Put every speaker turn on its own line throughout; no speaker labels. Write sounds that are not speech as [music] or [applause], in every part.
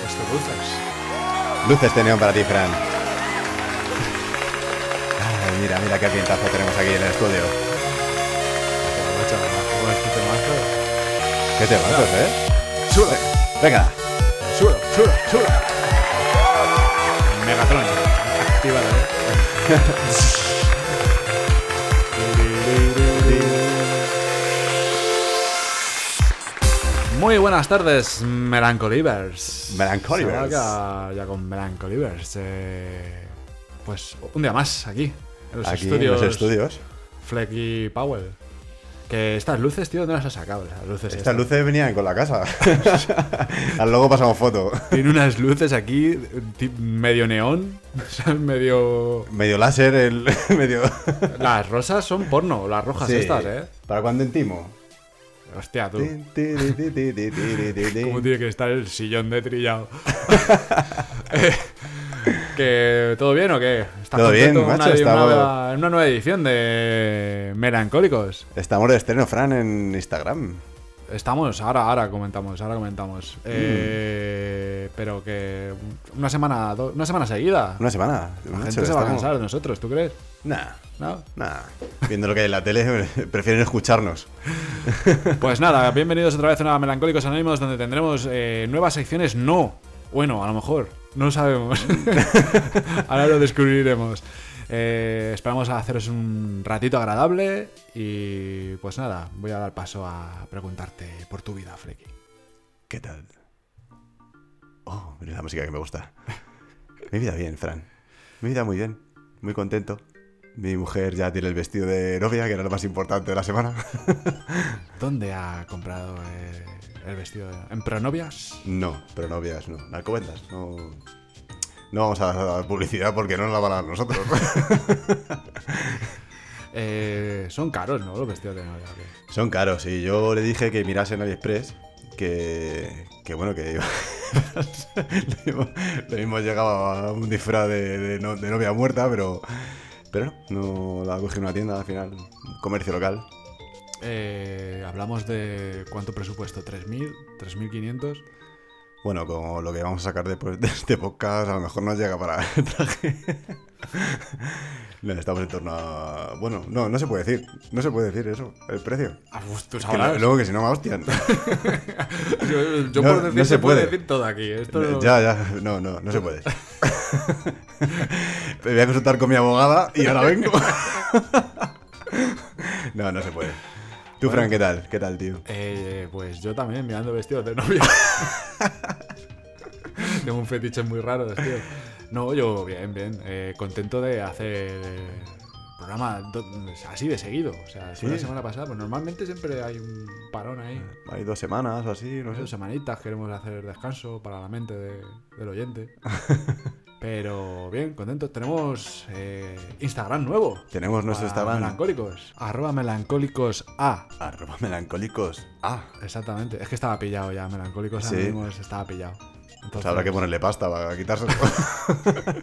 Pues
Luces. Luces de neón para ti, Fran. Ay, mira, mira qué pintazo tenemos aquí en el estudio. Qué temazos, ¿eh?
Chulo,
Venga,
chulo, chulo, chulo. Megatron. Actívalo, eh. Muy buenas tardes, Melancolivers.
Melancolivers.
Se marca Ya con Melancolivers. eh, pues un día más aquí, en los
aquí
estudios.
en los estudios.
Flecky Powell. Que estas luces, tío, no las has sacado. Las luces
Estas luces venían con la casa. [laughs] Al luego pasamos foto.
Tiene unas luces aquí, ti- medio neón, [laughs] o sea, medio...
Medio láser, el [laughs] medio.
Las rosas son porno, las rojas
Sí.
estas, ¿eh?
¿Para cuándo entimo?
Hostia, tú.
Tin, ti, ti, ti, ti, ti, ti, ti, ti.
¿Cómo tiene que estar el sillón de
[laughs]
trillado? Eh, ¿Que todo bien o qué? ¿Estás
Todo bien,
contento?
macho,
Una,
estamos-
una- una nueva edición de Melancólicos.
Estamos de estreno, Fran, en Instagram.
Estamos, ahora, ahora comentamos, ahora
Mm.
comentamos. Eh, Pero que una semana, do- una semana seguida.
Una semana.
La gente se va a cansar de nosotros, ¿tú crees?
Nah,
¿No?
nah. Viendo lo que hay en la tele, [laughs] prefieren escucharnos.
Pues nada, [laughs] bienvenidos otra vez a una Melancólicos Anónimos donde tendremos eh, nuevas secciones. No, bueno, a lo mejor, no lo sabemos. [laughs] Ahora lo descubriremos. Eh, esperamos haceros un ratito agradable y pues nada, voy a dar paso a preguntarte por tu vida, Freki.
¿Qué tal? Oh, mira la música que me [laughs] gusta. Mi vida bien, Fran. Mi vida muy bien. Muy contento. Mi mujer ya tiene el vestido de novia, que era lo más importante de la semana.
¿Dónde ha comprado eh, el vestido? de- ¿En Pronovias?
[laughs] No, pero novias no. Narcoventas, no. No vamos a dar publicidad porque no nos la van a dar nosotros.
Eh, son caros, ¿no? Los vestidos de novia. ¿o qué?
Son caros y yo le dije que mirase en AliExpress que, que bueno, que iba- [laughs] lo, mismo, lo mismo llegaba a un disfraz de, de no- de novia muerta, pero, pero no, no la cogí en una tienda al final, un comercio local.
Eh, hablamos de cuánto presupuesto, ¿3.000? ¿3.500?
Bueno, con lo que vamos a sacar después de este podcast, a lo mejor no llega para el traje. No, Estamos en torno a... Bueno, no, no se puede decir. No se puede decir eso, el precio.
Ah, pues Tú
Que
sabrás.
luego que si no me hostian.
[laughs] Yo, yo
No,
por decir
no se
se puede
puede.
decir todo aquí. Esto no-
Eh, Ya, ya, no, no, no se puede. [laughs] Me voy a consultar con mi abogada y ahora vengo. no, no se puede. Tú, Fran, ¿qué tal? ¿Qué tal, tío?
Eh, pues yo también mirando vestidos de novia. [laughs] Tengo un fetiche muy raro, tío. No, yo bien, bien. Eh, contento de hacer programa do- así de seguido. O sea, fue
Sí.
la semana pasada, pues normalmente siempre hay un parón ahí.
Hay dos semanas o así, no
Dos
sé.
Pues semanitas queremos hacer descanso para la mente de- del
[laughs]
oyente. Pero bien, contentos. Tenemos eh, Instagram nuevo.
Tenemos nuestro
Para
Instagram.
Melancólicos. Arroba melancólicos A.
Arroba Ah, melancólicos. Ah,
Exactamente. Es que estaba pillado ya, melancólicos
Sí.
Anónimos estaba pillado.
pues
Entonces,
habrá que ponerle pasta para quitárselo. [laughs]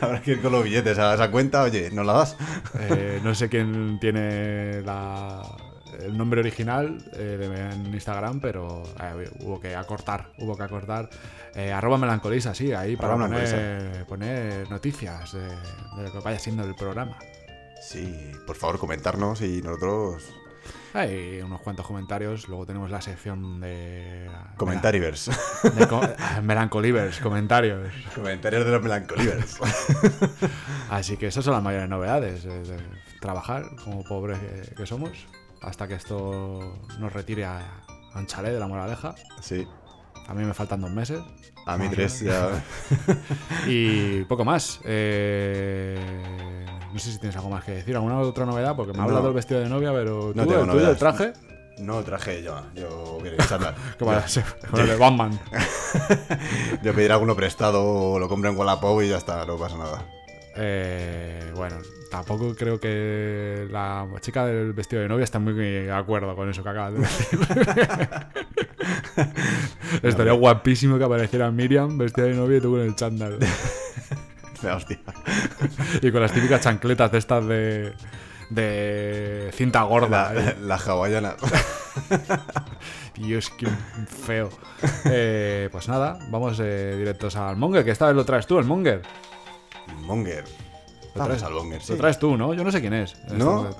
habrá que ir con los billetes a esa cuenta. Oye, ¿nos la das?
eh, no sé quién tiene la- el nombre original eh, de- en Instagram, pero eh, hubo que acortar, hubo que acortar. Eh, arroba melancolisa, sí, ahí para
Arroba
poner, poner noticias de, de lo que vaya siendo el programa.
Sí, por favor, comentarnos y nosotros...
Hay unos cuantos comentarios, luego tenemos la sección de...
Comentarivers.
de co- [laughs] ah, Melancolivers, comentarios.
Comentarios de los melancolivers.
Así que esas son las mayores novedades. eh, de trabajar como pobres que, que somos hasta que esto nos retire a, a un chalet de la moraleja.
sí.
A mí me faltan dos meses.
A mí
Más o
tres ya...
Y poco más. Eh, no sé si tienes algo más que decir. ¿Alguna otra novedad? Porque me ha
No.
hablado del vestido de novia, pero
No
tú, el
tengo
tuyo, el
novedades.
traje.
No traje yo, yo quiero
[laughs]
echarla.
Que va a
[laughs]
ser con el de Batman.
Yo pediré alguno prestado o lo compro en Wallapop y ya está, no pasa nada.
Eh, bueno, tampoco creo que la chica del vestido de novia está muy de acuerdo con eso que acabas de
[laughs]
decir. Estaría guapísimo que apareciera Miriam vestida de novia y tú con el
[laughs]
chándal.
La hostia.
y con las típicas chancletas de estas de, de cinta gorda.
La, la hawaiana.
Dios, qué feo. Eh, pues nada, vamos eh, directos al Monger, que esta vez lo traes tú, el Monger.
[laughs] Monger.
Lo
Vamos
traes,
al Bonger, sí.
Lo traes tú, ¿no? Yo no sé quién es.
¿No? Eh,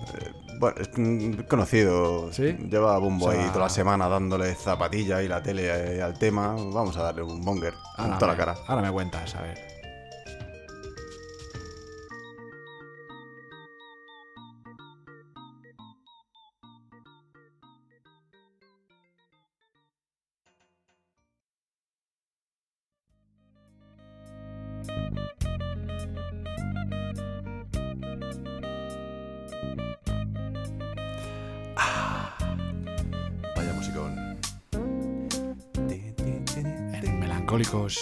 Bueno, es mm, conocido.
¿Sí?
Lleva bombo
O sea-
ahí toda la semana dándole zapatilla y la tele eh, al tema. Vamos a darle un Monger en
Ahora
Ah, toda la
me-
cara.
Ahora me cuentas, a ver.
Vaya musicón.
En melancólicos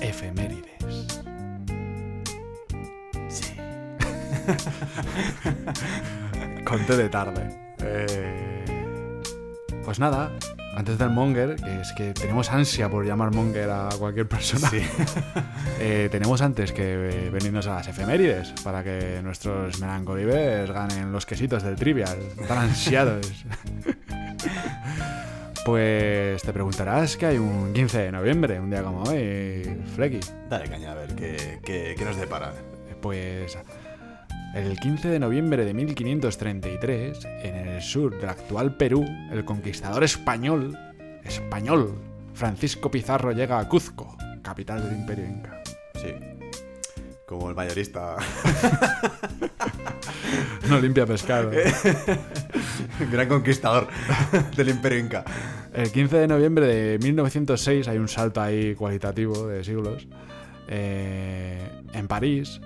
efemérides. Sí. [laughs] Conté de tarde. Eh, Pues nada, antes del Monger, que es que tenemos ansia por llamar Monger a cualquier persona, [laughs] eh, tenemos antes que eh, venirnos a las efemérides para que nuestros melancolibes ganen los quesitos del trivial, tan ansiados. Pues te preguntarás que hay un 15 de noviembre, un día como hoy, Flecky.
Dale caña, a ver qué, qué- qué nos depara.
Pues el 15 de noviembre de 1533, en el sur del actual Perú, el conquistador español, español, Francisco Pizarro llega a Cuzco, capital del Imperio Inca.
Sí. Como el mayorista
No limpia pescado.
[laughs] Gran conquistador del Imperio Inca.
El 15 de noviembre de 1906, hay un salto ahí cualitativo de siglos, eh, en París,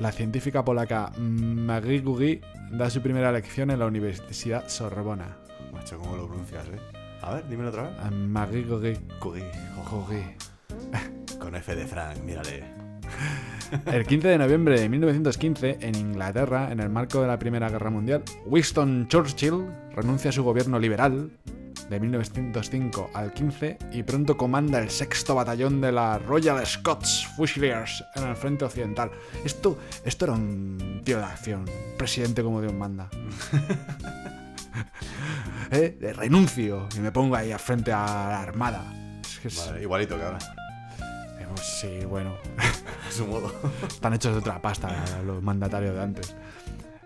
la científica polaca Marie Curie da su primera lección en la Universidad Sorbona.
Macho, ¿cómo lo pronuncias, eh? A ver, dímelo otra vez.
Marie Curie.
Curie, ojo,
Curie.
con F de Frank, mírale.
El 15 de noviembre de 1915, en Inglaterra, en el marco de la Primera Guerra Mundial, Winston Churchill renuncia a su gobierno liberal de 1905 al 15 y pronto comanda el sexto batallón de la Royal Scots Fusiliers en el frente occidental. Esto, esto era un tío de acción, presidente como Dios manda. Eh, eh, Renuncio y me pongo ahí al frente a la armada. Es que es-
Vale, igualito que ahora,
eh, pues sí, bueno.
a su modo. [laughs]
Están hechos de otra pasta los mandatarios de antes.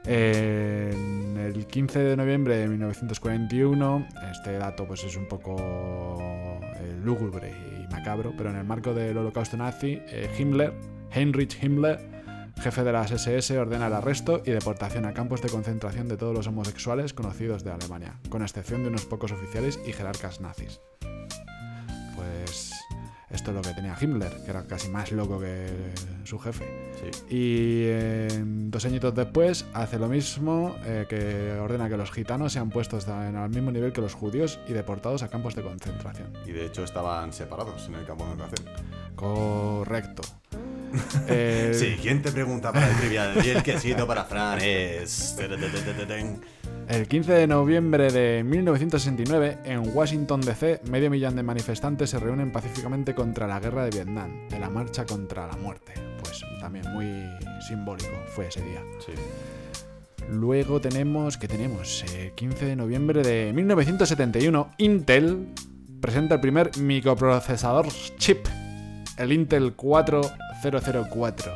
Eh, en el 15 de noviembre de 1941, este dato pues es un poco eh, lúgubre y macabro, pero en el marco del holocausto nazi, eh, Himmler, Heinrich Himmler, jefe de las SS, ordena el arresto y deportación a campos de concentración de todos los homosexuales conocidos de Alemania, con excepción de unos pocos oficiales y jerarcas nazis. Pues esto es lo que tenía Himmler, que era casi más loco que su jefe.
Sí.
Y eh, dos añitos después hace lo mismo, eh, que ordena que los gitanos sean puestos en- al mismo nivel que los judíos y deportados a campos de concentración.
Y de hecho estaban separados en el campo de concentración.
Correcto. Eh,
Siguiente pregunta para el trivial. Y el quesito para Fran es.
El 15 de noviembre de 1969, en Washington, D.C., medio millón de manifestantes se reúnen pacíficamente contra la guerra de Vietnam, en la marcha contra la muerte. Pues también muy simbólico fue ese día.
Sí.
Luego tenemos, ¿qué tenemos? Eh, 15 de noviembre de 1971, Intel presenta el primer microprocesador chip, el Intel 4004.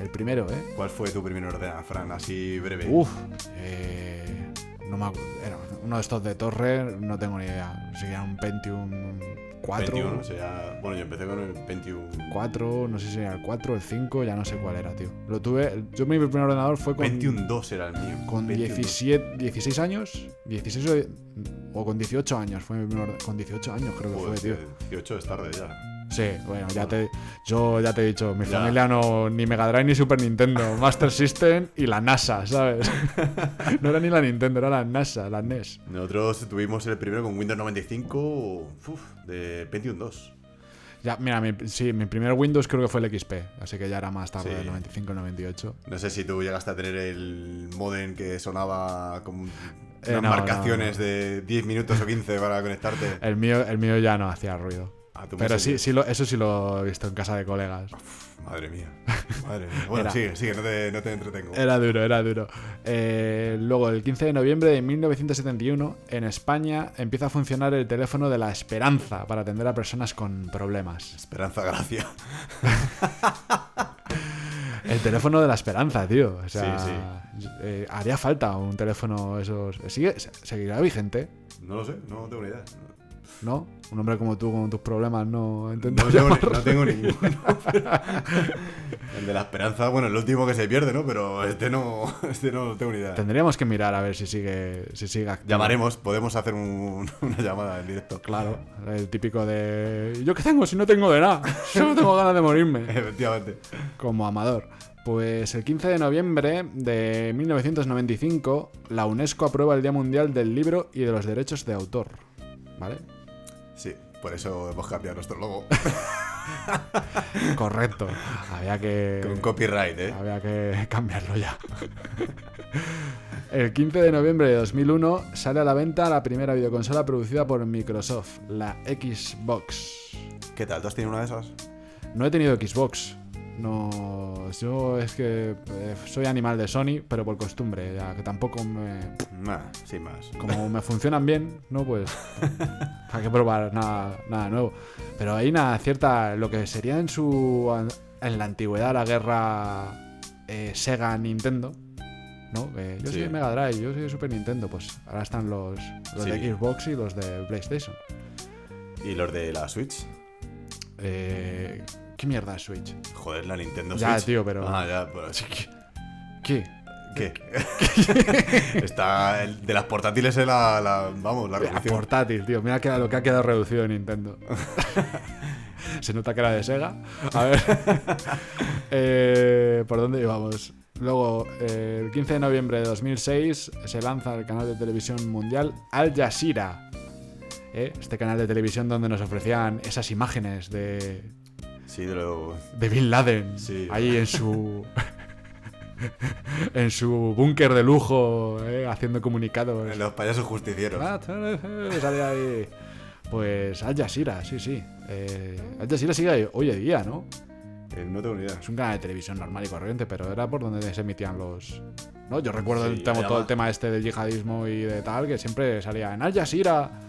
El primero, ¿eh?
¿Cuál fue tu primer ordenador, Fran? Así breve.
Uf, eh, no me acuerdo. Era uno de estos de torre, no tengo ni idea. Si era un Pentium 4.
21, o sea, bueno, yo empecé con el 21.
4, no sé si era el 4 o el 5, ya no sé cuál era, tío. Lo tuve, yo mi primer ordenador fue con
21.2 era el mío.
con
17.
17, 16 años, 16 o- o, con 18 años, fue mi primer orde- con 18 años creo que fue, tío.
18 es tarde ya.
Sí, bueno, ya te, yo ya te he dicho, mi
Ya.
familia no, ni Mega Drive ni Super
[laughs]
Nintendo, Master System y la NASA, ¿sabes? [laughs] no era ni la Nintendo, era la NASA, la E NES.
Nosotros tuvimos el primero con Windows 95 uf, de 21.2.
Ya, mira, mi, sí, mi primer Windows creo que fue el XP, así que ya era más tarde,
Sí.
el 95, el 98.
No sé si tú llegaste a tener el modem que sonaba con unas
Eh, no,
marcaciones de 10 minutos o 15 para conectarte.
El mío, el mío ya no hacía ruido.
Ah, tú me
Pero sí,
enseñas.
sí lo- eso sí lo he visto en casa de colegas.
Madre mía. Madre mía. Bueno,
Era.
sigue, sigue, no te, no te entretengo.
Era duro, era duro. Eh, luego, el 15 de noviembre de 1971, en España empieza a funcionar el teléfono de la esperanza para atender a personas con problemas.
Esperanza Gracia.
El teléfono de la esperanza, tío. O sea,
Sí,
eh, haría falta un teléfono esos. ¿Sigue, se- ¿Seguirá vigente?
No lo sé, no tengo ni idea.
¿No? Un hombre como tú con tus problemas no intenta
No tengo, ni-
llamar.
no tengo ninguno. El de la esperanza, bueno, el último que se pierde, ¿no? Pero este no, [laughs] este no tengo ni idea.
Tendríamos que mirar a ver si sigue, si sigue activo.
Llamaremos, podemos hacer un- [laughs] una llamada en directo.
Claro, el típico de. ¿Yo qué tengo si no tengo de nada? Solo tengo ganas de morirme.
Efectivamente.
como amador. Pues el 15 de noviembre de 1995, la UNESCO aprueba el Día Mundial del Libro y de los Derechos de Autor. ¿Vale?
Sí, por eso hemos cambiado
[laughs]
nuestro logo.
Correcto. Había
Con
que,
copyright, ¿eh?
había que cambiarlo ya. El 15 de noviembre de 2001 sale a la venta la primera videoconsola producida por Microsoft, la Xbox.
¿Qué tal? ¿Tú has tenido una de esas?
No he tenido Xbox. No, yo es que eh, soy animal de Sony, pero por costumbre, ya que tampoco me,
Nah, sin más.
como me funcionan bien, ¿no?
[laughs]
Pues hay que probar nada, nada nuevo. Pero hay una cierta, lo que sería en su en la antigüedad la guerra eh, Sega Nintendo, ¿no? Que yo
Sí.
soy Mega Drive, yo soy Super Nintendo, pues ahora están los, los
Sí.
de Xbox y los de PlayStation.
¿Y los de la Switch?
Eh, ¿Qué mierda es Switch? [laughs]
Joder, la Nintendo Switch.
Ya, tío, pero-
Ah, ya, pero sí que-
¿Qué?
¿Qué? [laughs] Está. el- de las portátiles es la. la- vamos, la
Era
revolución.
portátil, tío. Mira que era lo que ha quedado reducido de Nintendo. Se nota que era de Sega. A ver. Eh, ¿Por dónde íbamos? Luego, eh, el 15 de noviembre de 2006 se lanza el canal de televisión mundial Al Jazeera. ¿Eh? Este canal de televisión donde nos ofrecían esas imágenes de,
Sí, de lo.
de Bin Laden.
Sí.
Ahí en su. [laughs] en su búnker de lujo, ¿eh? haciendo comunicados.
Los payasos justicieros.
Pues- Ah, tarara, sale ahí. Pues Al Jazeera, sí, sí. Eh, Al Jazeera sigue ahí hoy en día, ¿no?
Eh, no tengo ni idea.
Es un canal de televisión normal y corriente, pero era por donde se emitían los. ¿No? Yo recuerdo el
Sí,
tema-
era
todo el
más-
tema este del yihadismo y de tal, que siempre salía en Al Jazeera.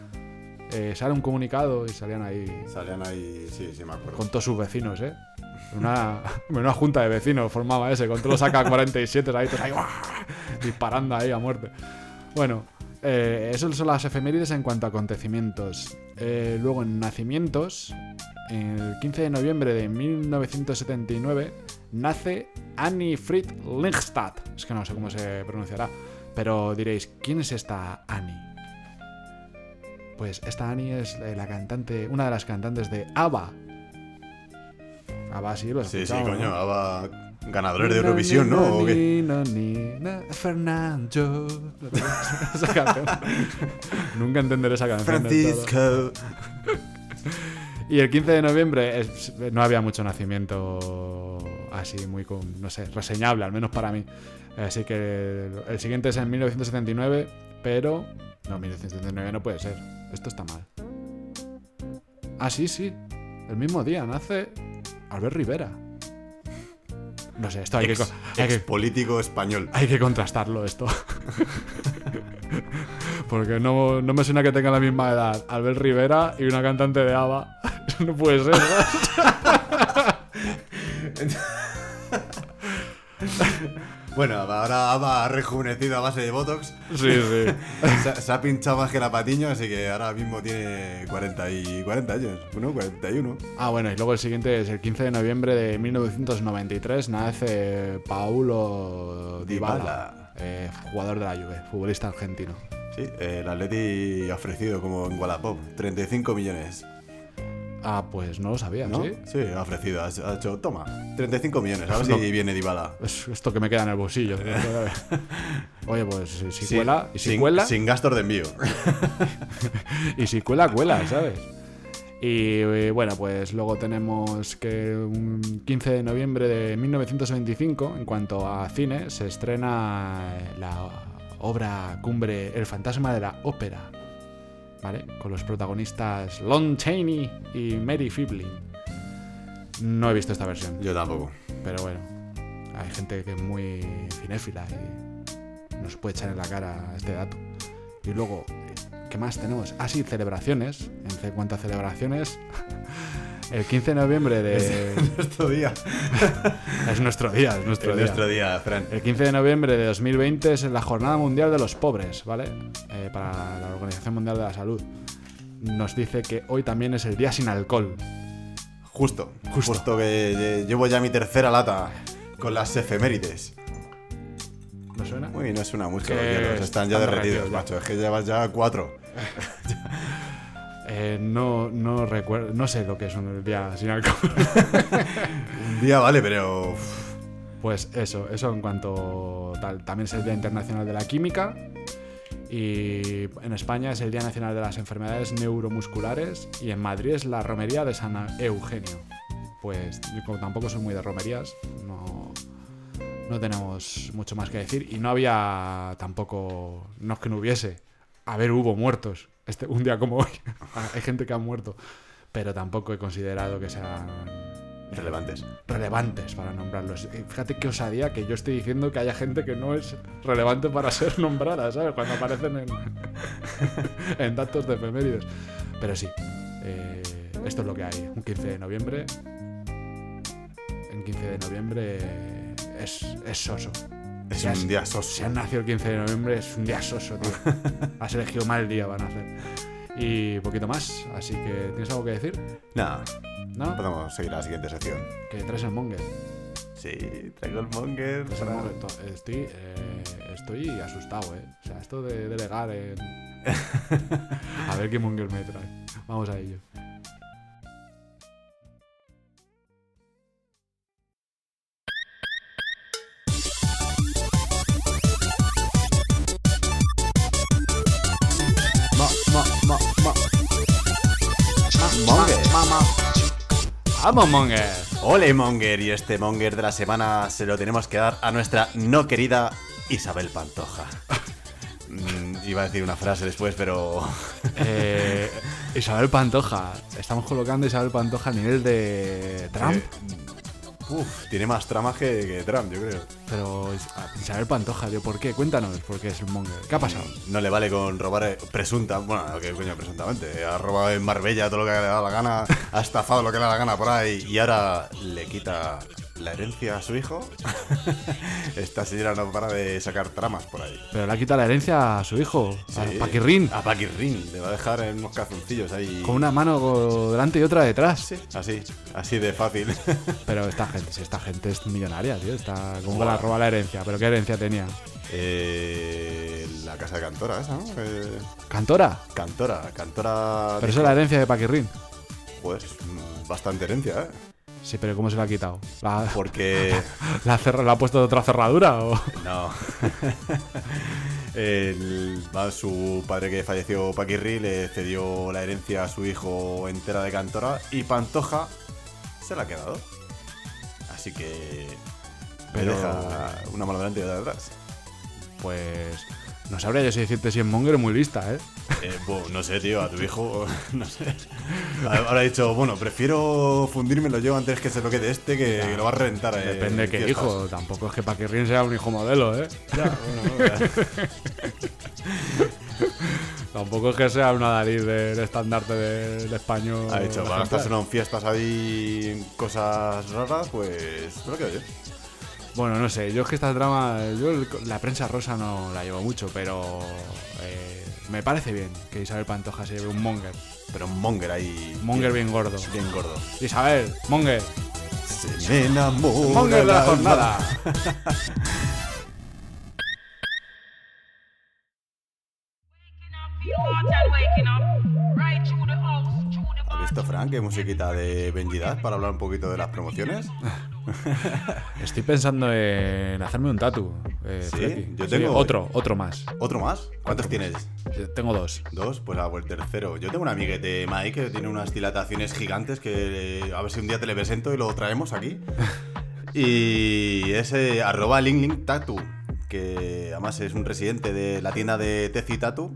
eh, sale un comunicado y salían ahí
Salían ahí. Sí, sí, me acuerdo.
con todos sus vecinos, ¿eh? Una, una junta de vecinos formaba ese, con todos los AK-47 ahí, todos ahí, ¡guau! disparando ahí a muerte. Bueno, eh, esas son las efemérides en cuanto a acontecimientos. Eh, luego, en nacimientos, el 15 de noviembre de 1979 nace Annie Frid Lindstad. Es que no sé cómo se pronunciará, pero diréis, ¿quién es esta Annie? Pues esta Annie es eh, la cantante, una de las cantantes de ABBA. ABBA sí, lo has
Sí, sí,
escuchado,
coño.
¿no?
Aba- Ganadores de Eurovisión, ¿no? ¿O qué?
Ni, no, ni, na, Fernando. [laughs] Esa canción. Nunca entenderé esa canción. del todo.
Francisco.
Y el 15 de noviembre es- no había mucho nacimiento así muy, con- no sé, reseñable, al menos para mí. Así que el siguiente es en 1979, pero... No, 1979 no puede ser. Esto está mal. Ah, sí, sí. El mismo día nace Albert Rivera. No sé, esto hay que...
Ex,
co- hay que-
ex político español.
hay que contrastarlo esto. [laughs] Porque no, no me suena que tenga la misma edad Albert Rivera y una cantante de ABBA. [laughs] No puede ser, ¿verdad?
[laughs] Bueno, ahora Ava ha rejuvenecido a base
[laughs]
de Botox.
Sí, sí.
Se, se ha pinchado más que la patiño, así que ahora mismo tiene 40 y 40 años. Bueno, 41.
Ah, bueno, y luego el siguiente es el 15 de noviembre de 1993. Nace Paulo Dybala,
Dybala.
eh, jugador de la Juve, futbolista argentino.
Sí, eh, el Atleti ha ofrecido como en Wallapop 35 millones.
Ah, pues no lo sabía,
¿No?
¿sí?
Sí, ha ofrecido, ha, ha hecho, toma, 35 millones, a
[laughs]
ver
No.
si viene Dybala.
Es esto que me queda en el bolsillo.
[laughs]
Oye, pues si, si
Sí,
cuela, y si
sin,
cuela,
sin gastos
[laughs]
de envío.
Y si cuela, cuela, ¿sabes? Y eh, bueno, pues luego tenemos que un 15 de noviembre de 1925, en cuanto a cine, se estrena la obra cumbre El fantasma de la ópera. ¿vale? Con los protagonistas Lon Chaney y Mary Fibley. No he visto esta versión, [laughs]
Yo tampoco.
pero bueno, hay gente que es muy cinéfila y nos puede echar en la cara este dato. Y luego, eh, ¿qué más tenemos? Ah, sí, celebraciones. En ce- cuanto a celebraciones, [laughs] el 15 de noviembre de...
Nuestro día.
[laughs] es nuestro día, es nuestro
El
día.
nuestro día, Fran.
El 15 de noviembre de 2020 es la Jornada Mundial de los Pobres, ¿vale? Eh, para la Organización Mundial de la Salud. Nos dice que hoy también es el día sin alcohol.
Justo.
Justo.
Justo. que eh, llevo ya mi tercera lata con las efemérides.
¿No suena?
Uy, no es una música,
Que
los hielos están ya
están
derretidos,
derretidos ya.
macho. Es que llevas ya cuatro.
Eh, no, no recuerdo, no sé lo que es un día sin alcohol.
Un día vale, pero. uf,
Pues eso, eso en cuanto tal. También es el Día Internacional de la Química. Y en España es el Día Nacional de las Enfermedades Neuromusculares. Y en Madrid es la Romería de San Eugenio. Pues yo como tampoco soy muy de romerías, no, no tenemos mucho más que decir. Y no había tampoco. No es que no hubiese. A ver, hubo muertos. Este, un día como hoy. [laughs] Hay gente que ha muerto. Pero tampoco he considerado que sean
relevantes.
relevantes para nombrarlos. Eh, Fíjate qué osadía que yo estoy diciendo que haya gente que no es relevante para ser [laughs] nombrada, ¿sabes? Cuando aparecen en, [laughs] en datos de efemérides. Pero sí, eh, esto es lo que hay. Un 15 de noviembre. Un 15 de noviembre es, es soso.
Es
Ya es-
un día sos.
Si has nacido el 15 de noviembre, es un día soso, tío. Has elegido mal día para nacer. Y poquito más, así que ¿tienes algo que decir?
Nada,
¿No?
podemos seguir a la siguiente sección.
Que traes el monger.
Sí, traigo el monger.
Pues
Fran.
no, esto- Estoy, eh, estoy asustado, ¿eh? O sea, esto de delegar
[laughs]
en... A ver qué monger me trae. Vamos a ello.
Ma, ma, ma, ma. Monger.
¡Vamos, monger!
Ole Monger y este Monger de la semana se lo tenemos que dar a nuestra no querida Isabel Pantoja. Mm, iba a decir una frase después, pero
Eh, Isabel Pantoja. Estamos colocando a Isabel Pantoja a nivel de Trump.
[laughs] Eh, uf, tiene más trama que, que Trump, yo creo.
Pero Is- ah, Isabel Pantoja, tío, ¿por qué? Cuéntanos, ¿por qué es el monger? ¿Qué ha pasado?
No le vale con robar eh, presunta, bueno, que coño presuntamente, ha robado en Marbella todo lo que le ha dado la gana, ha estafado lo que le ha dado la gana por ahí y ahora le quita la herencia a su hijo. [laughs] Esta señora no para de sacar tramas por ahí.
Pero le ha quitado la herencia a su hijo, a
Sí.
Paquirrín,
A Paquirrin, le va a dejar en unos calzoncillos ahí.
con una mano go- delante y otra detrás.
Así, así de fácil. [laughs]
Pero esta gente, si esta gente es millonaria, tío. Está como que la roba la herencia. ¿Pero qué herencia tenía?
Eh, la casa de Cantora, esa, ¿no? Eh,
¿Cantora?
cantora, Cantora.
Pero eso es la herencia de Paquirrin.
Pues mm, bastante herencia, ¿eh?
Sí, pero ¿cómo se la ha quitado? ¿La,
Porque.
[laughs] la ha cerra- la ha puesto de otra cerradura o...? [laughs]
No. [laughs] El- va, su padre que falleció, Paquirri, le cedió la herencia a su hijo entera de Cantora y Pantoja se la ha quedado. Así que.
Pero-
Me deja una mano delante y otra detrás.
Pues... No sabría yo si decirte si es monger o muy lista, ¿eh?
Eh, bu- no sé, tío, a tu hijo, [laughs] no sé. Ahora he dicho, bueno, prefiero fundírmelo yo antes que se lo quede este, que, que lo va a rentar. eh,
Depende de
en
qué
fiestas.
hijo. Tampoco es que Paquirrin sea un hijo modelo, ¿eh?
Ya, bueno, ya.
Tampoco es que sea una Dalí del estandarte del español.
ha dicho, para
ejemplar.
gastárselo en fiestas ahí, en cosas raras, pues me lo quedo yo.
Bueno, no sé, yo es que esta trama, yo el- la prensa rosa no la llevo mucho, pero eh, me parece bien que Isabel Pantoja se lleve un monger,
Pero un monger ahí.
monger bien gordo.
Bien gordo.
Isabel, monger,
Se me enamora.
monger de
el
la
alma.
jornada.
¿Has visto, Frank, qué musiquita de Benji Dash para hablar un poquito de
[laughs]
las promociones?
Estoy pensando en hacerme un tatu. eh,
Sí,
Flecky.
yo tengo-
otro, otro más.
¿Otro más? ¿Cuántos tienes?
Yo Tengo dos.
Dos, pues a por el tercero. Yo tengo un amiguete, Mike, que tiene unas dilataciones gigantes que eh, a ver si un día te le presento y lo traemos aquí. Y ese arroba linglingtatu, que además es un residente de la tienda de Teci Tatu.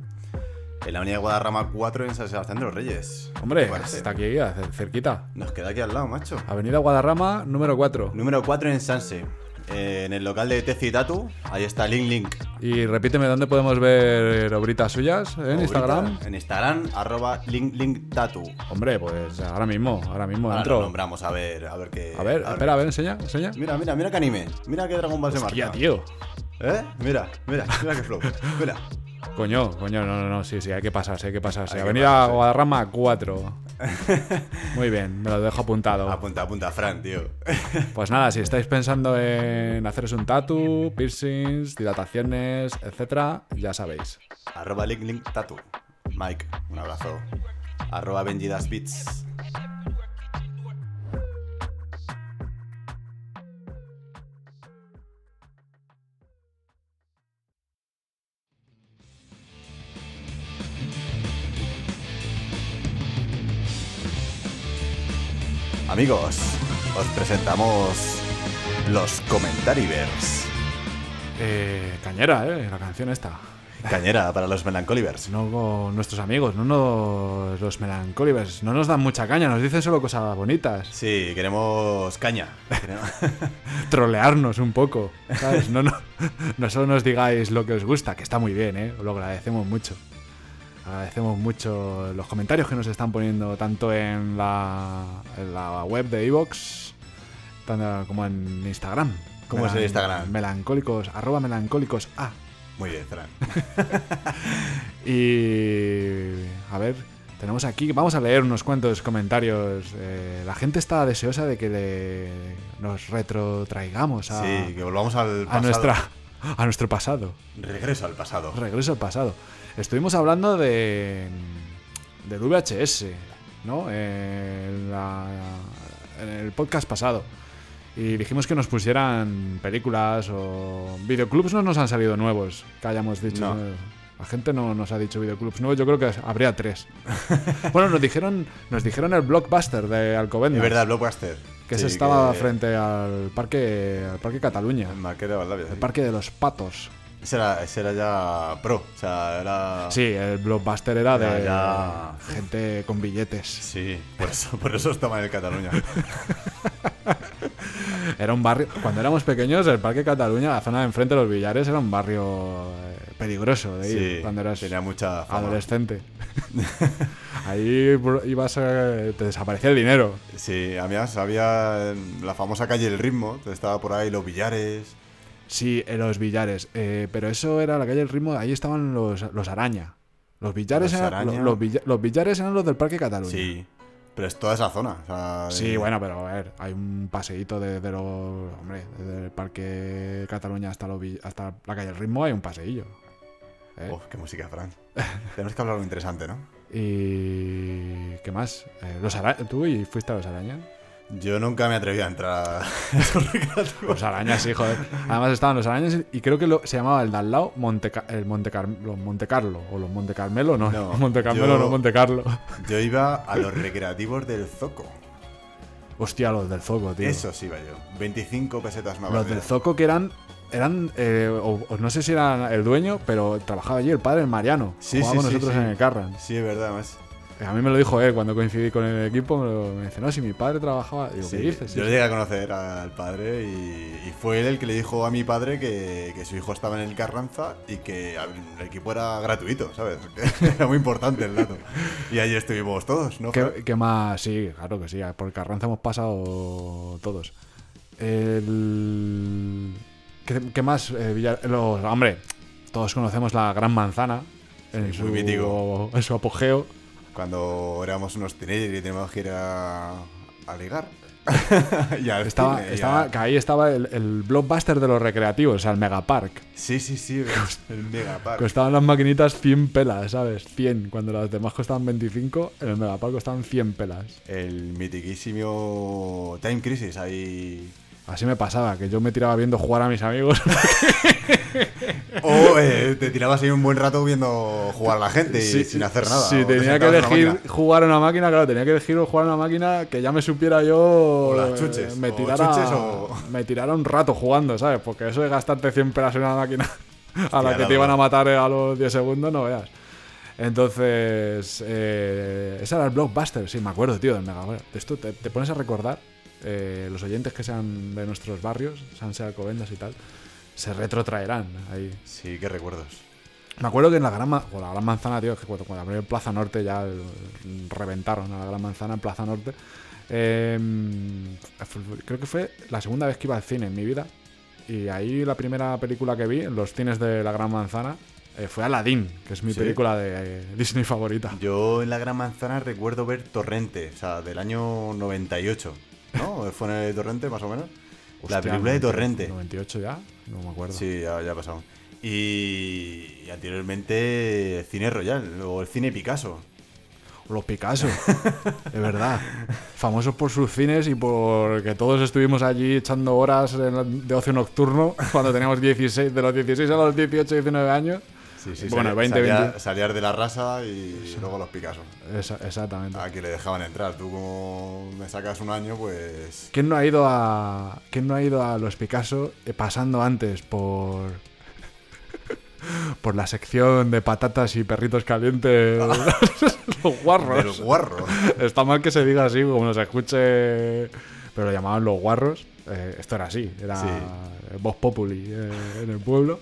En la avenida Guadarrama 4 en San Sebastián de los Reyes.
Hombre,
¿Te parece?
está aquí, ya, cer- cerquita.
Nos queda aquí al lado, macho.
Avenida Guadarrama, número 4.
Número 4 en Sanse. Eh, en el local de Tezi y Tatu, ahí está Link Link.
Y repíteme dónde podemos ver obritas suyas en
Ahorita,
Instagram.
En Instagram, arroba Link Link Tatu.
Hombre, pues ahora mismo, ahora mismo
Ahora
entro.
lo nombramos, a ver, a ver qué.
a ver, espera, a ver, enseña, enseña.
Mira, mira, mira qué anime. Mira qué Dragon Ball se marca.
Hostia, tío.
¿Eh? Mira, mira, mira qué flow.
[laughs]
Mira.
Coño, coño, no, no, no, sí, sí, hay que pasarse, hay que pasarse.
Hay que
Avenida
pasarse.
Guadarrama [laughs] 4. Muy bien, me lo dejo apuntado.
Apunta, apunta, Fran, tío.
Ah, Pues nada, si estáis pensando en haceros un tatu, piercings, dilataciones, etcétera, ya sabéis.
Arroba Link Link Tatu. Mike, un abrazo. Arroba Benji Das Beats. Amigos, os presentamos los Comentarivers.
Eh, cañera, eh, la canción esta.
Cañera para los Melancolivers.
No con nuestros amigos, no nos, los melancolivers, no nos dan mucha caña, nos dicen solo cosas bonitas.
Sí, queremos caña.
Trolearnos un poco, ¿sabes? No, [laughs] no, no solo nos digáis lo que os gusta, que está muy bien, eh, lo agradecemos mucho. Agradecemos mucho los comentarios que nos están poniendo tanto en la, en la web de Evox como en Instagram.
¿Cómo es el
Melan-
Instagram?
Melancólicos, arroba melancólicos A.
[laughs] Muy bien, Fran.
Y a ver, tenemos aquí, vamos a leer unos cuantos comentarios. Eh, la gente está deseosa de que le- nos retrotraigamos a,
Sí, que volvamos al
a
pasado.
nuestra, a nuestro pasado.
Regreso al pasado.
Regreso al pasado. Estuvimos hablando de del VHS, ¿no? En, la- en el podcast pasado. Y dijimos que nos pusieran películas o videoclubs no nos han salido nuevos, que hayamos dicho.
No.
La gente no nos ha dicho videoclubs nuevos, yo creo que habría
[laughs]
tres. bueno, nos dijeron, nos dijeron el blockbuster de Alcobendas,
Es verdad, el Blockbuster.
que
Sí,
se estaba
que-
frente al parque, al parque Cataluña,
El Marqués de Valdavia. sí.
el parque de los patos.
Ese, era, ese era ya pro. O sea, era.
Sí, el blockbuster era de
Ah. Ya, ya.
gente con billetes.
Sí, por eso, por eso estaba en
[laughs]
el Cataluña.
Era un barrio. Cuando éramos pequeños, el Parque Cataluña, la zona de enfrente de los billares, era un barrio eh, peligroso de ir
Sí,
cuando eras
tenía mucha fama.
adolescente. [laughs] Ahí br- ibas a. te desaparecía el dinero.
Sí, además había la famosa calle El Ritmo, donde estaba por ahí los billares.
Sí, en los billares. Eh, pero eso era la calle del ritmo, ahí estaban los, los araña. Los billares,
Los
eran,
Araña.
lo- Los, billa- los billares eran los del Parque Cataluña.
Sí, pero es toda esa zona. o sea,
Sí,
de-
bueno, pero a ver, hay un paseíto desde los. Hombre, desde el Parque Cataluña hasta, los vi- hasta la calle El Ritmo hay un paseillo. ¿eh?
Uf, qué música, Fran. [laughs] Tenemos que hablar algo interesante, ¿no?
Y. ¿Qué más? Eh, los ara- ¿Tú y fuiste a los arañas?
Yo nunca me atreví a entrar a [laughs] esos recreativos.
Los arañas, sí, joder. Además estaban los arañas y creo que lo- se llamaba el de al lado Monte, Ca- el Monte, Car- los Monte Carlo. O los Monte Carmelo, no.
No,
[laughs] Monte Carmelo,
yo-
no Monte Carlo. [laughs]
Yo iba a los recreativos del Zoco.
Hostia, los del Zoco, tío.
Eso sí iba yo. 25 pesetas
Los
más
del
barbaridad.
Zoco que eran. Eran. eh, o, o no sé si eran el dueño, pero trabajaba allí el padre, el Mariano.
Sí,
Jugaba
sí,
con
sí,
nosotros
sí.
en el Carran.
Sí, es verdad, más.
Eh, A mí me lo dijo él cuando coincidí con el equipo. Me, lo- me dice, no, si mi padre trabajaba. Digo,
Sí,
¿qué dices?
Yo
Sí,
le llegué a conocer al padre y, y fue él el que le dijo a mi padre que, que su hijo estaba en el Carranza y que el equipo era gratuito, ¿sabes? [laughs] Que era muy importante el dato. Y ahí estuvimos todos, ¿no? Fran?
¿Qué, qué más? Sí, claro que sí. Por Carranza hemos pasado todos. El- ¿Qué, qué más? eh, Villar- los- hombre, todos conocemos la Gran Manzana. En,
Sí,
su,
muy mítico.
en su apogeo.
Cuando éramos unos teenagers y teníamos que ir a, a ligar. [laughs] y al
Estaba,
cine, y a-
estaba, que ahí estaba el, el blockbuster de los recreativos, o sea, el Megapark.
Sí, sí, sí, el megapark.
Costaban las maquinitas 100 pelas, ¿sabes? 100. Cuando las demás costaban 25, en el Megapark costaban 100 pelas.
El mitiquísimo Time Crisis ahí.
Así me pasaba, que yo me tiraba viendo jugar a mis amigos.
O eh, te tirabas ahí un buen rato viendo jugar a la
[laughs]
gente y
Sí,
sin hacer nada.
Si
o te
tenía que
sentabas en la
elegir
máquina.
jugar a una máquina, claro, tenía que elegir o jugar a una máquina que ya me supiera yo. O
las chuches,
Me
o
tirara,
chuches o-
me tirara un rato jugando, ¿sabes? Porque eso de gastarte 100 pelas en una máquina [laughs] a la
Hostia,
que
la
te iban
verdad.
a matar eh, a los 10 segundos, no veas. Entonces, eh, ese era el blockbuster, sí, me acuerdo, tío, del Mega. Bueno, Esto te, te pones a recordar, eh, los oyentes que sean de nuestros barrios, Sanse Alcobendas y tal, se retrotraerán ahí.
Sí, qué recuerdos.
Me acuerdo que en la gran, ma- o la gran manzana, tío, es que cuando, cuando abrieron Plaza Norte ya el- reventaron a la gran manzana en Plaza Norte. Eh, f- creo que fue la segunda vez que iba al cine en mi vida. Y ahí la primera película que vi en los cines de la gran manzana eh, fue Aladdin, que es mi
¿Sí?
película de eh, Disney favorita.
Yo en la Gran Manzana recuerdo ver Torrente, o sea, del año 98, ¿no? [laughs] Fue en el Torrente, más o menos. la
Hostia,
película de
90,
Torrente.
98 ya, no me acuerdo.
Sí, ya, ya ha pasado. Y, y anteriormente Cine Royal, o el Cine Picasso.
Los Picasso, de verdad. Famosos por sus cines y porque todos estuvimos allí echando horas en- de ocio nocturno [laughs] cuando teníamos 16, de los 16 a los 18, 19 años. bueno,
salía-
20,
salía-
20.
salías de la raza y luego los Picasso.
Esa- exactamente.
A que le dejaban entrar. Tú como me sacas un año, pues...
¿Quién no ha ido a quién no ha ido a los Picasso eh, pasando antes por por la sección de patatas y perritos calientes? los guarros. [laughs]
Del guarro.
Está mal que se diga así, como nos escuche. Pero lo llamaban los guarros. eh, esto era así, era
Sí.
Voz Populi eh, en el pueblo.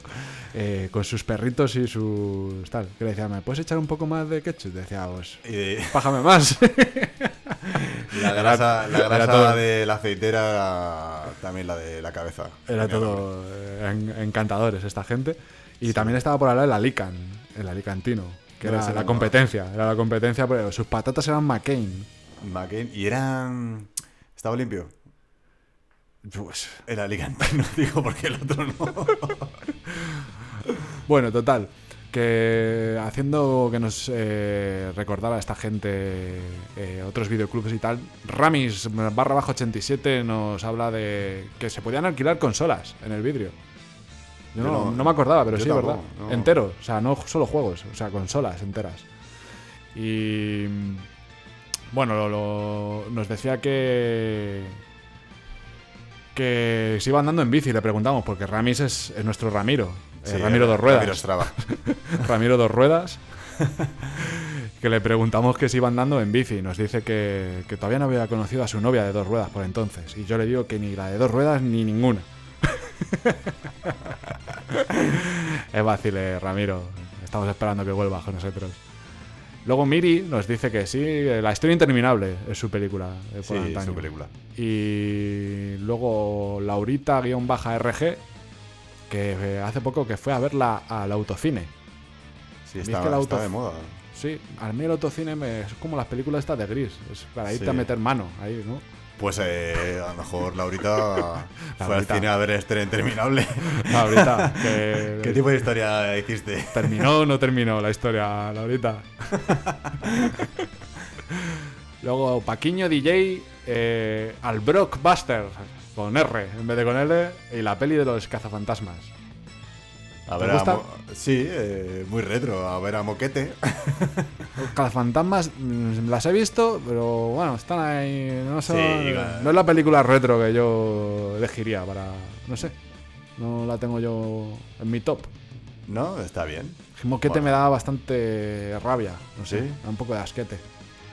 eh, con sus perritos y sus tal. Que le decía, ¿me puedes echar un poco más de ketchup? Decía, pues,
Y de-
pájame más. [laughs]
la grasa, la
era
grasa
todo.
de la aceitera era también la de la cabeza.
Era todo eh, en- encantadores esta gente. Y también estaba por hablar el Alican, el Alicantino. Que
No,
era
ese
la
Ah, no.
competencia, era la competencia, pero sus patatas eran McCain.
McCain. Y eran... Estaba limpio.
Pues,
El [laughs] alicantino, digo, porque el otro no.
Bueno, total. Que haciendo que nos eh, recordara a esta gente eh, otros videoclubs y tal, Ramis barra bajo 87 nos habla de que se podían alquilar consolas en el vidrio. Yo
Yo
no,
no-
no me acordaba, pero
yo
sí,
tampoco,
¿verdad?
no.
Entero, o sea, no solo juegos, o sea, consolas enteras. Y bueno, lo- lo- nos decía que que se iba andando en bici, le preguntamos, porque Ramis es, es nuestro Ramiro, eh, Ramiro dos ruedas. [laughs]
Ramiro Estrada.
Ramiro Dos Ruedas, que le preguntamos que se iba andando en bici. y Nos dice que, que todavía no había conocido a su novia de dos ruedas por entonces. Y yo le digo que ni la de dos ruedas ni ninguna. [laughs] es fácil, Ramiro. Estamos esperando que vuelva con nosotros. Luego Miri nos dice que sí, eh, La historia interminable es su película. eh, por
Sí,
antaño.
su película.
Y luego Laurita-RG, que eh, hace poco que fue a verla al autocine.
Sí,
¿Viste
está,
el auto-
está de moda.
Sí, al mí el autocine me- es como las películas estas de Gris, es para irte
Sí.
a meter mano ahí, [laughs] ¿no?
Pues eh, a lo mejor Laurita fue
[laughs]
al
Laurita.
cine a ver Estrella Interminable.
La ahorita, [laughs] que
¿Qué tipo de historia hiciste?
terminó o no terminó la historia, la ahorita. [laughs] Luego, Paquiño DJ eh, al Brockbuster, con R en vez de con L, y la peli de los cazafantasmas.
A
¿Te
ver, a
gusta?
Mo- sí, eh, muy retro. A ver a Moquete. [laughs]
Los cazafantasmas mm, las he visto, pero bueno, están ahí. No, son-
Sí, claro.
no es la película retro que yo elegiría para. No sé. No la tengo yo en mi top.
¿No? Está bien.
Moquete
Bueno.
me daba bastante rabia, no sé,
¿Sí?
me da un poco de asquete.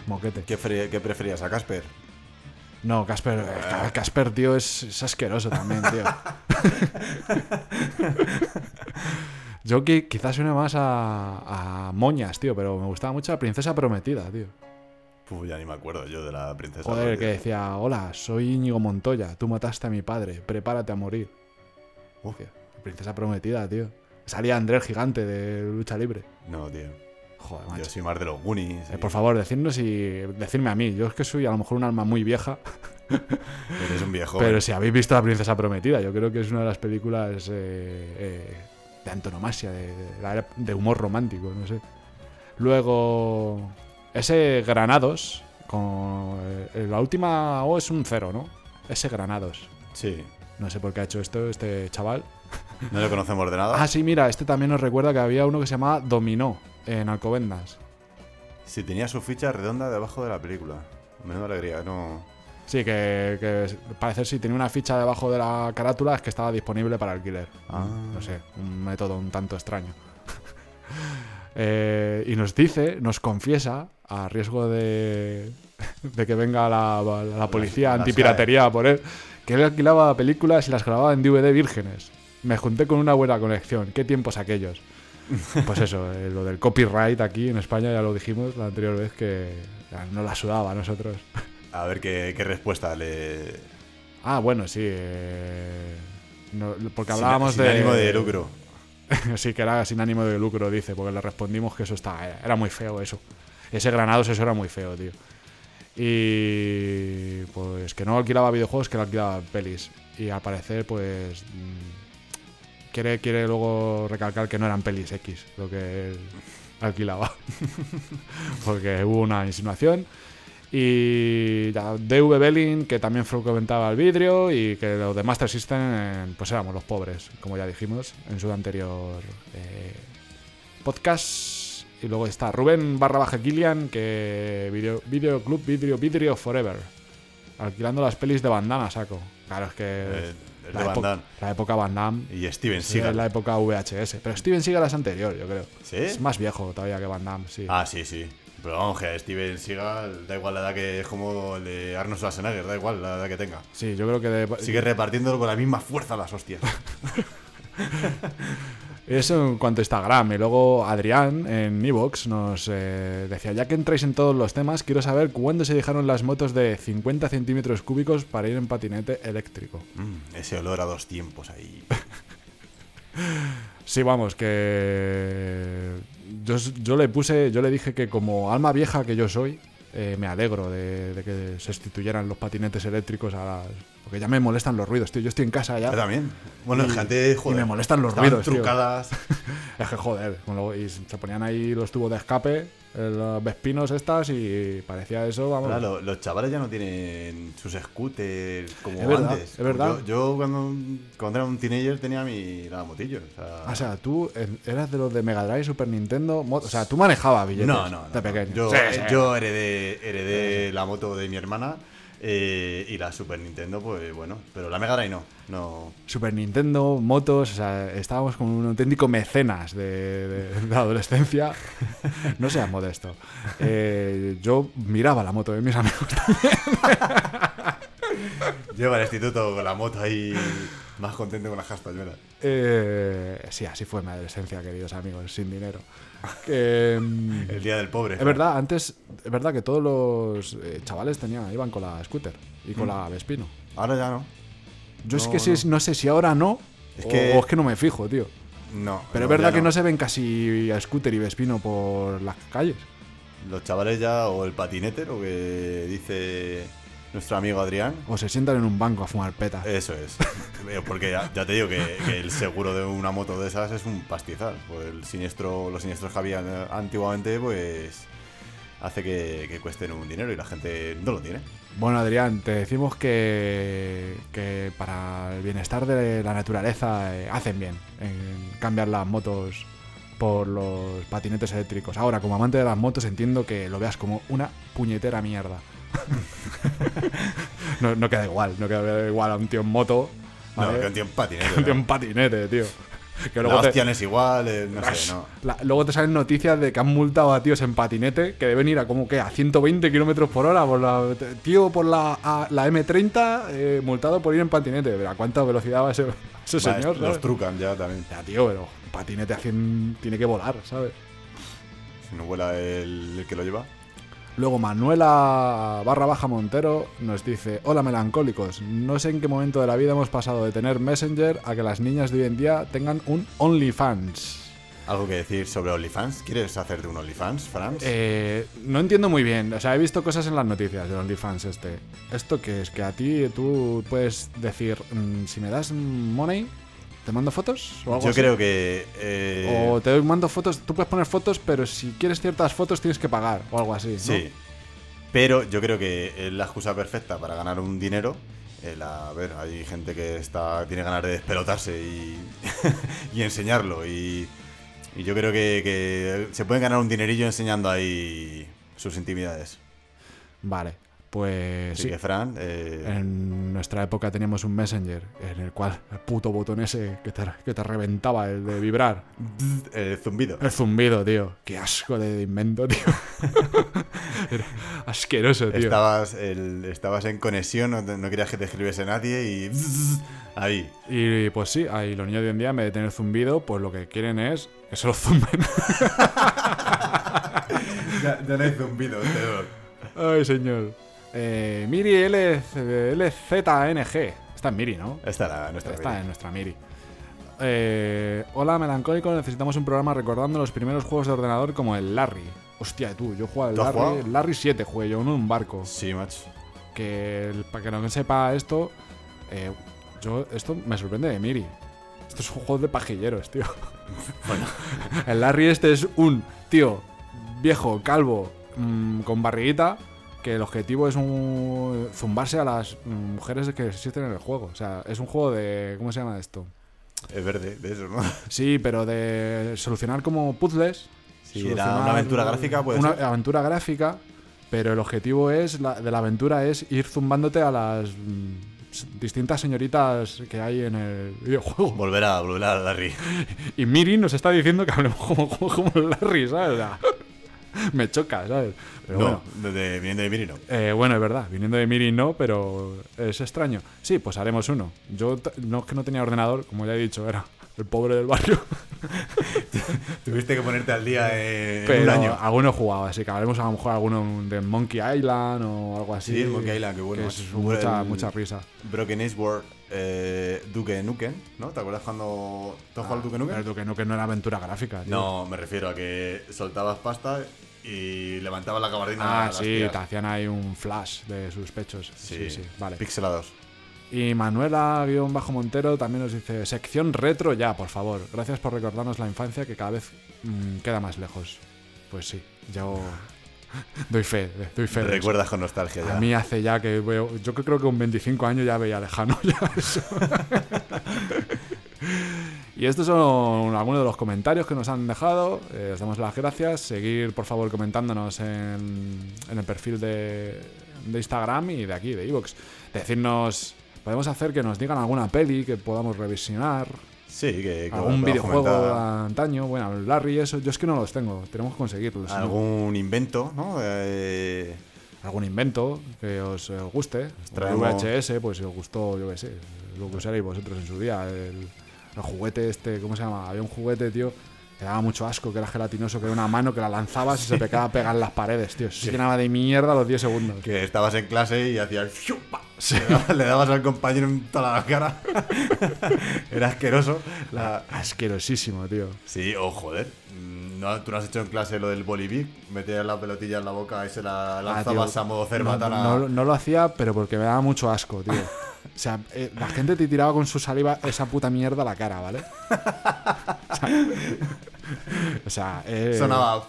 Moquete.
¿Qué, fre- qué preferías a Casper?
No, Casper,
Ah.
eh, Casper, tío, es, es asqueroso también,
[laughs]
tío. Yo qui- quizás suena más a, a moñas, tío, pero me gustaba mucho la princesa prometida, tío.
Pues ya ni me acuerdo yo de la princesa.
Joder, que
Lolita.
decía, hola, soy Íñigo Montoya, tú mataste a mi padre, prepárate a morir.
Uf,
Tío, princesa prometida, tío. Salía Andrés Gigante de Lucha Libre.
no, tío.
Joder,
Yo
macho.
soy más de los Goonies.
Eh, por favor, decirnos y decirme a mí. Yo es que soy a lo mejor un alma muy vieja,
Eres un viejo. ¿eh?
pero si habéis visto La Princesa Prometida, yo creo que es una de las películas eh, eh, de antonomasia, de, de la era- de humor romántico, no sé. Luego, ese Granados, con, eh, la última O es un cero, ¿no? Ese Granados.
Sí.
No sé por qué ha hecho esto este chaval.
No lo conocemos de nada.
Ah, sí, mira, este también nos recuerda que había uno que se llamaba Dominó en Alcobendas.
Si tenía su ficha redonda debajo de la película. Menuda alegría, no.
Sí, que, que parece si tenía una ficha debajo de la carátula es que estaba disponible para alquiler.
Ah.
No sé, un método un tanto extraño. [laughs] Eh, y nos dice, nos confiesa, a riesgo de, de que venga la, la- la policía
las
antipiratería a por él, que él alquilaba películas y las grababa en DVD vírgenes. Me junté con una buena conexión. ¿Qué tiempos
[laughs]
aquellos? Pues eso, eh, lo del copyright aquí en España ya lo dijimos la anterior vez que ya, no la sudaba a nosotros.
A ver qué, qué respuesta le.
Ah, bueno, sí. eh, no, porque
sin-
hablábamos
sin
de.
ánimo de lucro.
[laughs] sí, que era sin ánimo de lucro, dice, porque le respondimos que eso está, eh, era muy feo eso. Ese Granados eso era muy feo, tío. Y pues que no alquilaba videojuegos, que lo alquilaba pelis. Y al parecer, pues mm, quiere, quiere luego recalcar que no eran pelis X lo que él alquilaba. [laughs] porque hubo una insinuación. Y ya, DV Belling, que también frecuentaba el vidrio, y que los de Master System, eh, pues éramos los pobres, como ya dijimos en su anterior eh, podcast. Y luego está Rubén barra baja Kilian, que video, video club, vidrio, vidrio forever. Alquilando las pelis de bandana, saco. Claro, es que.
Eh, el
la
de
epo-
Van Damme.
La época Van Damme.
Y Steven
es
Seagal.
la época VHS. Pero Steven Seagal es anterior, yo creo.
¿Sí?
Es más viejo todavía que Van Damme, sí.
Ah, sí, sí. Pero vamos, que a Steven Seagal da igual la edad que es como el de Arnold Schwarzenegger, da igual la edad que tenga.
Sí, yo creo que de-
Sigue repartiéndolo con la misma fuerza las
[laughs]
hostias.
Eso en cuanto a Instagram. Y luego Adrián en Evox nos eh, decía, ya que entráis en todos los temas, quiero saber cuándo se dejaron las motos de 50 centímetros cúbicos para ir en patinete eléctrico.
Mm, ese olor a dos tiempos ahí.
Sí, vamos, que yo, s- yo le puse, yo le dije que como alma vieja que yo soy, eh, me alegro de, de que se sustituyeran los patinetes eléctricos a las... Porque ya me molestan los ruidos, tío. Yo estoy en casa ya.
Yo también. Bueno,
Y-
fíjate, joder.
y me molestan los
estaban
ruidos, tío. [laughs]
trucadas.
Es que joder, con lo- y se ponían ahí los tubos de escape, eh, los vespinos estas y parecía eso, vamos.
Ahora, lo- los chavales ya no tienen sus scooters como
Es verdad,
antes.
es verdad.
Yo, yo cuando, cuando era un teenager tenía mi la motillo. O sea,
O sea, tú eh, eras de los de Mega Drive, Super Nintendo, mo- o sea, tú manejabas billetes
no, no, no.
de pequeño.
Yo,
Sí, sí.
yo heredé, heredé la moto de mi hermana eh, y la Super Nintendo, pues bueno. Pero la Mega Drive no. no.
Super Nintendo, motos, o sea, estábamos como un auténtico mecenas de, de- de la adolescencia. No seas modesto. Eh, yo miraba la moto de mis amigos.
Yo iba al instituto con la moto ahí más contento con las castañuelas.
Eh, sí, así fue mi adolescencia, queridos amigos, sin dinero. Que, mm,
El día del pobre.
Es verdad, antes, es verdad que todos los eh, chavales tenían, iban con la scooter y con la Vespino.
Ahora ya no.
Yo es
Mm. No,
que sí- no. sé si ahora no,
Es
o,
que-
o es que no me fijo, tío.
No.
Pero es
ya
verdad que no se ven casi a scooter y Vespino por las calles.
Los chavales ya, o el patinete, lo que dice nuestro amigo Adrián.
O se sientan en un banco a fumar peta.
Eso es. [laughs] Eh, Porque ya, ya te digo que, que el seguro de una moto de esas es un pastizal. Pues el siniestro, los siniestros que había eh, antiguamente, pues hace que, que cuesten un dinero y la gente no lo tiene.
Bueno, Adrián, te decimos que, que para el bienestar de la naturaleza eh, hacen bien en cambiar las motos por los patinetes eléctricos. Ahora, como amante de las motos, entiendo que lo veas como una puñetera mierda. [laughs] no, no queda igual, no queda igual a un tío en moto.
No,
¿vale?
que un tío en patinete.
[laughs] Un tío en
¿no?
patinete,
[laughs]
tío. Que
eh. La
luego te-
hostia no es igual, eh, no sé, no.
la- luego te salen noticias de que han multado a tíos en patinete que deben ir a como que a 120 kilómetros por hora. Por la, tío por la, a- la M30 eh, multado por ir en patinete. Pero ¿A cuánta velocidad va ese, [laughs] ese
Va,
señor?
los
sabes?
trucan ya también.
Ya, tío, pero un patinete a 100 tiene que volar, ¿sabes?
Si no vuela el, el que lo lleva.
Luego Manuela barra baja Montero nos dice, hola melancólicos, no sé en qué momento de la vida hemos pasado de tener Messenger a que las niñas de hoy en día tengan un OnlyFans.
¿Algo que decir sobre OnlyFans? ¿Quieres hacerte un OnlyFans, Franz?
Eh, no entiendo muy bien. O sea, he visto cosas en las noticias del OnlyFans este. ¿Esto qué es? Que a ti tú puedes decir, mm, si me das mm, money, ¿te mando fotos? O algo
Yo
así?
creo que. eh,
O te doy- mando fotos, tú puedes poner fotos, pero si quieres ciertas fotos tienes que pagar o algo así. ¿no?
Sí. Pero yo creo que es la excusa perfecta para ganar un dinero. El, a ver, hay gente que está tiene ganas de despelotarse y, [laughs] y enseñarlo. Y, y yo creo que, que se pueden ganar un dinerillo enseñando ahí sus intimidades.
Vale. Pues
Así
sí,
que, Fran, eh,
en nuestra época teníamos un Messenger en el cual el puto botón ese que te, que te reventaba, el de vibrar,
[laughs] el zumbido.
el zumbido, tío. Qué asco de invento, tío. [laughs] Era asqueroso, tío.
Estabas, el- estabas en conexión, no, te- no querías que te escribiese nadie y. [laughs] Ahí.
Y pues sí, ahí los niños de hoy en día, en vez de tener zumbido, pues lo que quieren es que se lo zumben.
Ya, ya no hay zumbido, Teodor.
[laughs] Ay, señor. Eh, Miri L- LZNG. Está en Miri, ¿no?
Esta era nuestra
Está
vida.
en nuestra Miri. Eh, hola, melancólico. Necesitamos un programa recordando los primeros juegos de ordenador como el Larry. Hostia, tú, yo jugaba el
¿Tú has
Larry,
jugado?
el Larry 7, jugué yo uno en un barco.
Sí, macho.
Que el- para que no sepa esto, eh, yo esto me sorprende de Miri. Esto es un juego de pajilleros, tío. [laughs] El Larry este es un tío viejo, calvo, mm, con barriguita, que el objetivo es un, zumbarse a las mm, mujeres que existen en el juego. O sea, es un juego de... ¿Cómo se llama esto?
Es verde, de eso, ¿no?
Sí, pero de solucionar como puzzles.
Sí, era una aventura gráfica, puede
Una
ser.
aventura gráfica, pero el objetivo es la- de la aventura es ir zumbándote a las mm, s- distintas señoritas que hay en el videojuego.
Volverá, volverá Larry.
Y Miri nos está diciendo que hablemos como, como, como Larry, ¿sabes? O sea, [laughs] me choca, ¿sabes? Pero bueno.
No, desde viniendo de Miri no.
Eh, bueno, es verdad, viniendo de Miri no, pero es extraño. Sí, pues haremos uno. Yo t- no es que no tenía ordenador, como ya he dicho, era el pobre del barrio.
Tuviste que ponerte al día en
Pero
un año.
alguno jugaba, así que hablaremos a lo mejor alguno de Monkey Island o algo así.
Sí, el Monkey Island, qué bueno,
que
macho.
es mucha,
El-
mucha risa.
Broken Ace World, eh, Duke Nukem, ¿no? ¿Te acuerdas cuando. ¿Te has jugado al Duke Nukem?
Pero tú que no, que no era aventura gráfica, tío.
No, me refiero a que soltabas pasta y levantabas la gabardina. a
Ah,
las
sí,
tías.
te hacían ahí un flash de sus pechos. Sí,
Sí,
sí, vale.
Pixelados.
Y Manuela-Montero también nos dice, sección retro ya, por favor. Gracias por recordarnos la infancia que cada vez mm, queda más lejos. Pues sí,
[laughs]
yo doy fe, doy fe. de eso.
Recuerdas con nostalgia ya.
A mí hace ya que veo. Yo creo que con 25 años ya veía lejano [laughs] ya eso. y estos son algunos de los comentarios que nos han dejado. Eh, os damos las gracias. Seguir, por favor, comentándonos en, en el perfil de, de Instagram y de aquí, de Evox. Decirnos. Podemos hacer que nos digan alguna peli que podamos revisionar,
Sí, que. que
algún
lo hemos
videojuego
comentado.
de antaño, bueno, el Larry, eso, yo es que no los tengo, tenemos que conseguirlos. ¿no?
Algún invento, ¿no? Eh,
algún invento que os eh, guste. El
traemos-
VHS, pues si os gustó, yo qué sé, lo que usaréis vosotros en su día. El, el juguete este, ¿cómo se llama? Había un juguete, tío, que daba mucho asco, que era gelatinoso, que era una mano que la lanzabas y se pegaba a pegar en las paredes, tío. Se llenaba de mierda a los 10 segundos.
que estabas en clase y hacías. ¡fiu! ¡pa! Le dabas- Le dabas al compañero en toda la cara. [laughs] Era asqueroso. La-
Asquerosísimo, tío.
Sí, o joder. mm, ¿No, ¿Tú no has hecho en clase lo del bolivic? Meter la pelotilla en la boca y se la
Ah,
lanzabas
tío,
a modo
no-
cerbatana.
No, no lo hacía, pero porque me daba mucho asco,
[laughs]
tío. O sea, eh, la gente te tiraba con su saliva esa puta mierda a la cara,
[laughs]
¿vale? O sea, eh,
Sonaba.
O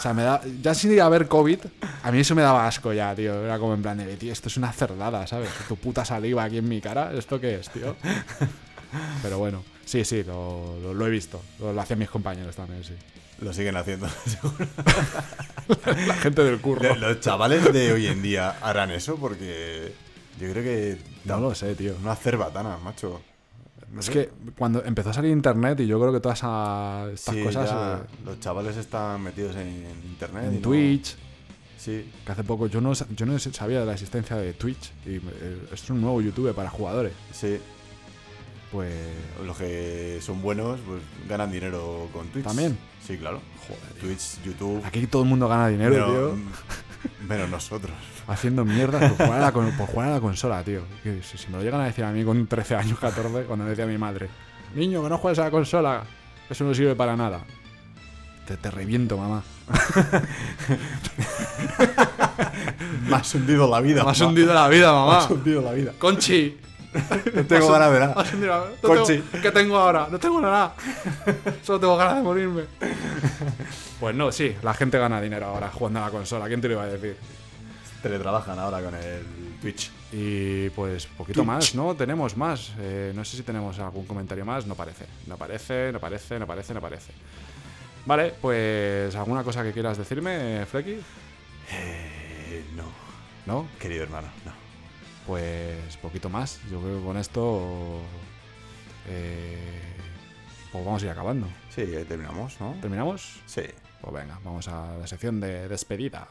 sea, me da, ya sin haber COVID, a mí eso me daba asco ya, tío. Era como en plan de, tío, esto es una cerdada, ¿sabes? Tu puta saliva aquí en mi cara, ¿esto qué es, tío? Pero bueno, sí, sí, lo, lo- lo he visto. Lo, lo hacían mis compañeros también, sí. [laughs]
Lo siguen haciendo, [laughs]
La gente del curro.
Lo- Los chavales de hoy en día harán eso porque yo creo que
No lo sé, tío.
no hacer batanas, macho. No
Es
sé.
que cuando empezó a salir internet y yo creo que todas esa- estas
Sí,
cosas
ya
eh,
los chavales están metidos en, en internet. y
en
no-
Twitch,
Sí.
que hace poco yo no, sa- yo no sabía de la existencia de Twitch y eh, esto es un nuevo YouTube para jugadores.
Sí,
Pues
los que son buenos pues ganan dinero con Twitch.
¿También?
Sí, claro.
Joder,
Twitch, YouTube,
aquí todo el mundo gana dinero,
pero-
tío. [laughs]
menos nosotros.
haciendo mierdas por jugar a la, con- por jugar a la consola, tío. Que si, si me lo llegan a decir a mí con 13 años, 14, cuando me decía mi madre, niño, que no juegues a la consola, eso no sirve para nada. Te, te reviento, mamá.
Me has hundido la vida.
Me has [laughs]
ma.
hundido la vida,
Me has
mamá.
hundido la vida.
Conchi.
No tengo ganas de nada.
has hundido la vida.
No tengo-
¿Qué tengo ahora? No tengo [laughs] nada. Solo tengo ganas de morirme. Pues no, sí, la gente gana dinero ahora jugando a la consola. ¿Quién te lo iba a decir?
Teletrabajan ahora con el Twitch.
Y pues poquito más, ¿no? Tenemos más. Eh, no sé si tenemos algún comentario más. No parece. No parece, no parece, no parece, no parece. Vale, pues alguna cosa que quieras decirme, eh, Freki.
Eh, no.
¿no?
Querido hermano, no.
Pues poquito más. Yo creo que con esto. eh, pues vamos a ir acabando.
Sí, ahí terminamos, ¿no?
¿Terminamos?
Sí.
Pues venga, vamos a la sección de despedida.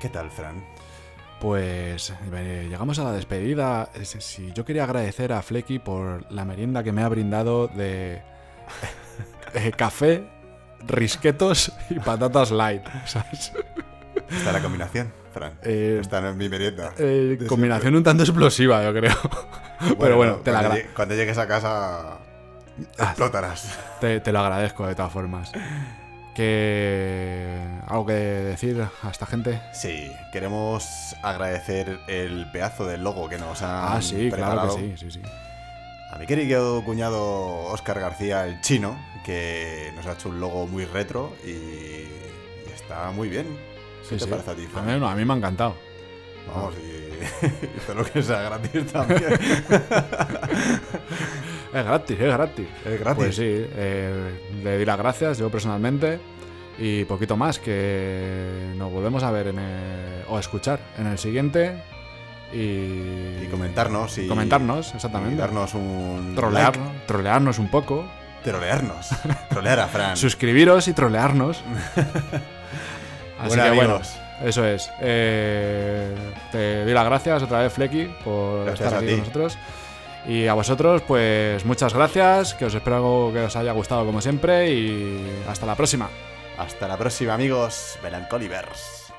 ¿Qué tal, Fran?
Pues eh, llegamos a la despedida. Es- Si yo quería agradecer a Flecky por la merienda que me ha brindado de [laughs] eh, café, risquetos y patatas light. ¿sabes?
¿Está la combinación, Fran?
Eh,
Está en mi merienda.
eh, combinación un tanto explosiva, yo creo. Pero bueno, te, la
cuando,
agra- Ah,
llegue- cuando llegues a casa explotarás.
te- te lo agradezco de todas formas. Que algo que decir a esta gente.
Sí, queremos agradecer el pedazo del logo que nos ha
Ah, sí, claro que sí, sí, sí.
A mi querido cuñado Oscar García, el chino, que nos ha hecho un logo muy retro y, y está muy bien. ¿Qué
Sí,
te
sí.
parece a ti,
A
Fran?
mí, no, a mí me ha encantado.
Vamos,
Ah.
y, [laughs] y todo lo que sea gratis
[laughs]
también.
Es gratis, es gratis.
es gratis.
Pues sí, eh, le di las gracias yo personalmente y poquito más que nos volvemos a ver en el- o a escuchar en el siguiente y,
Y comentarnos y,
comentarnos
y
exactamente,
darnos un
Trolear-
like,
trolearnos un poco,
trolearnos, trolear
[laughs]
a Fran.
suscribiros y
[laughs]
trolearnos. Así
Bueno,
que bueno,
amigos.
eso es. Eh, te doy las gracias otra vez Flecky por
Gracias a
estar aquí
ti.
con nosotros. Y a vosotros, pues muchas gracias, que os espero que os haya gustado como siempre y hasta la próxima.
Hasta la próxima, amigos. Melancolivers.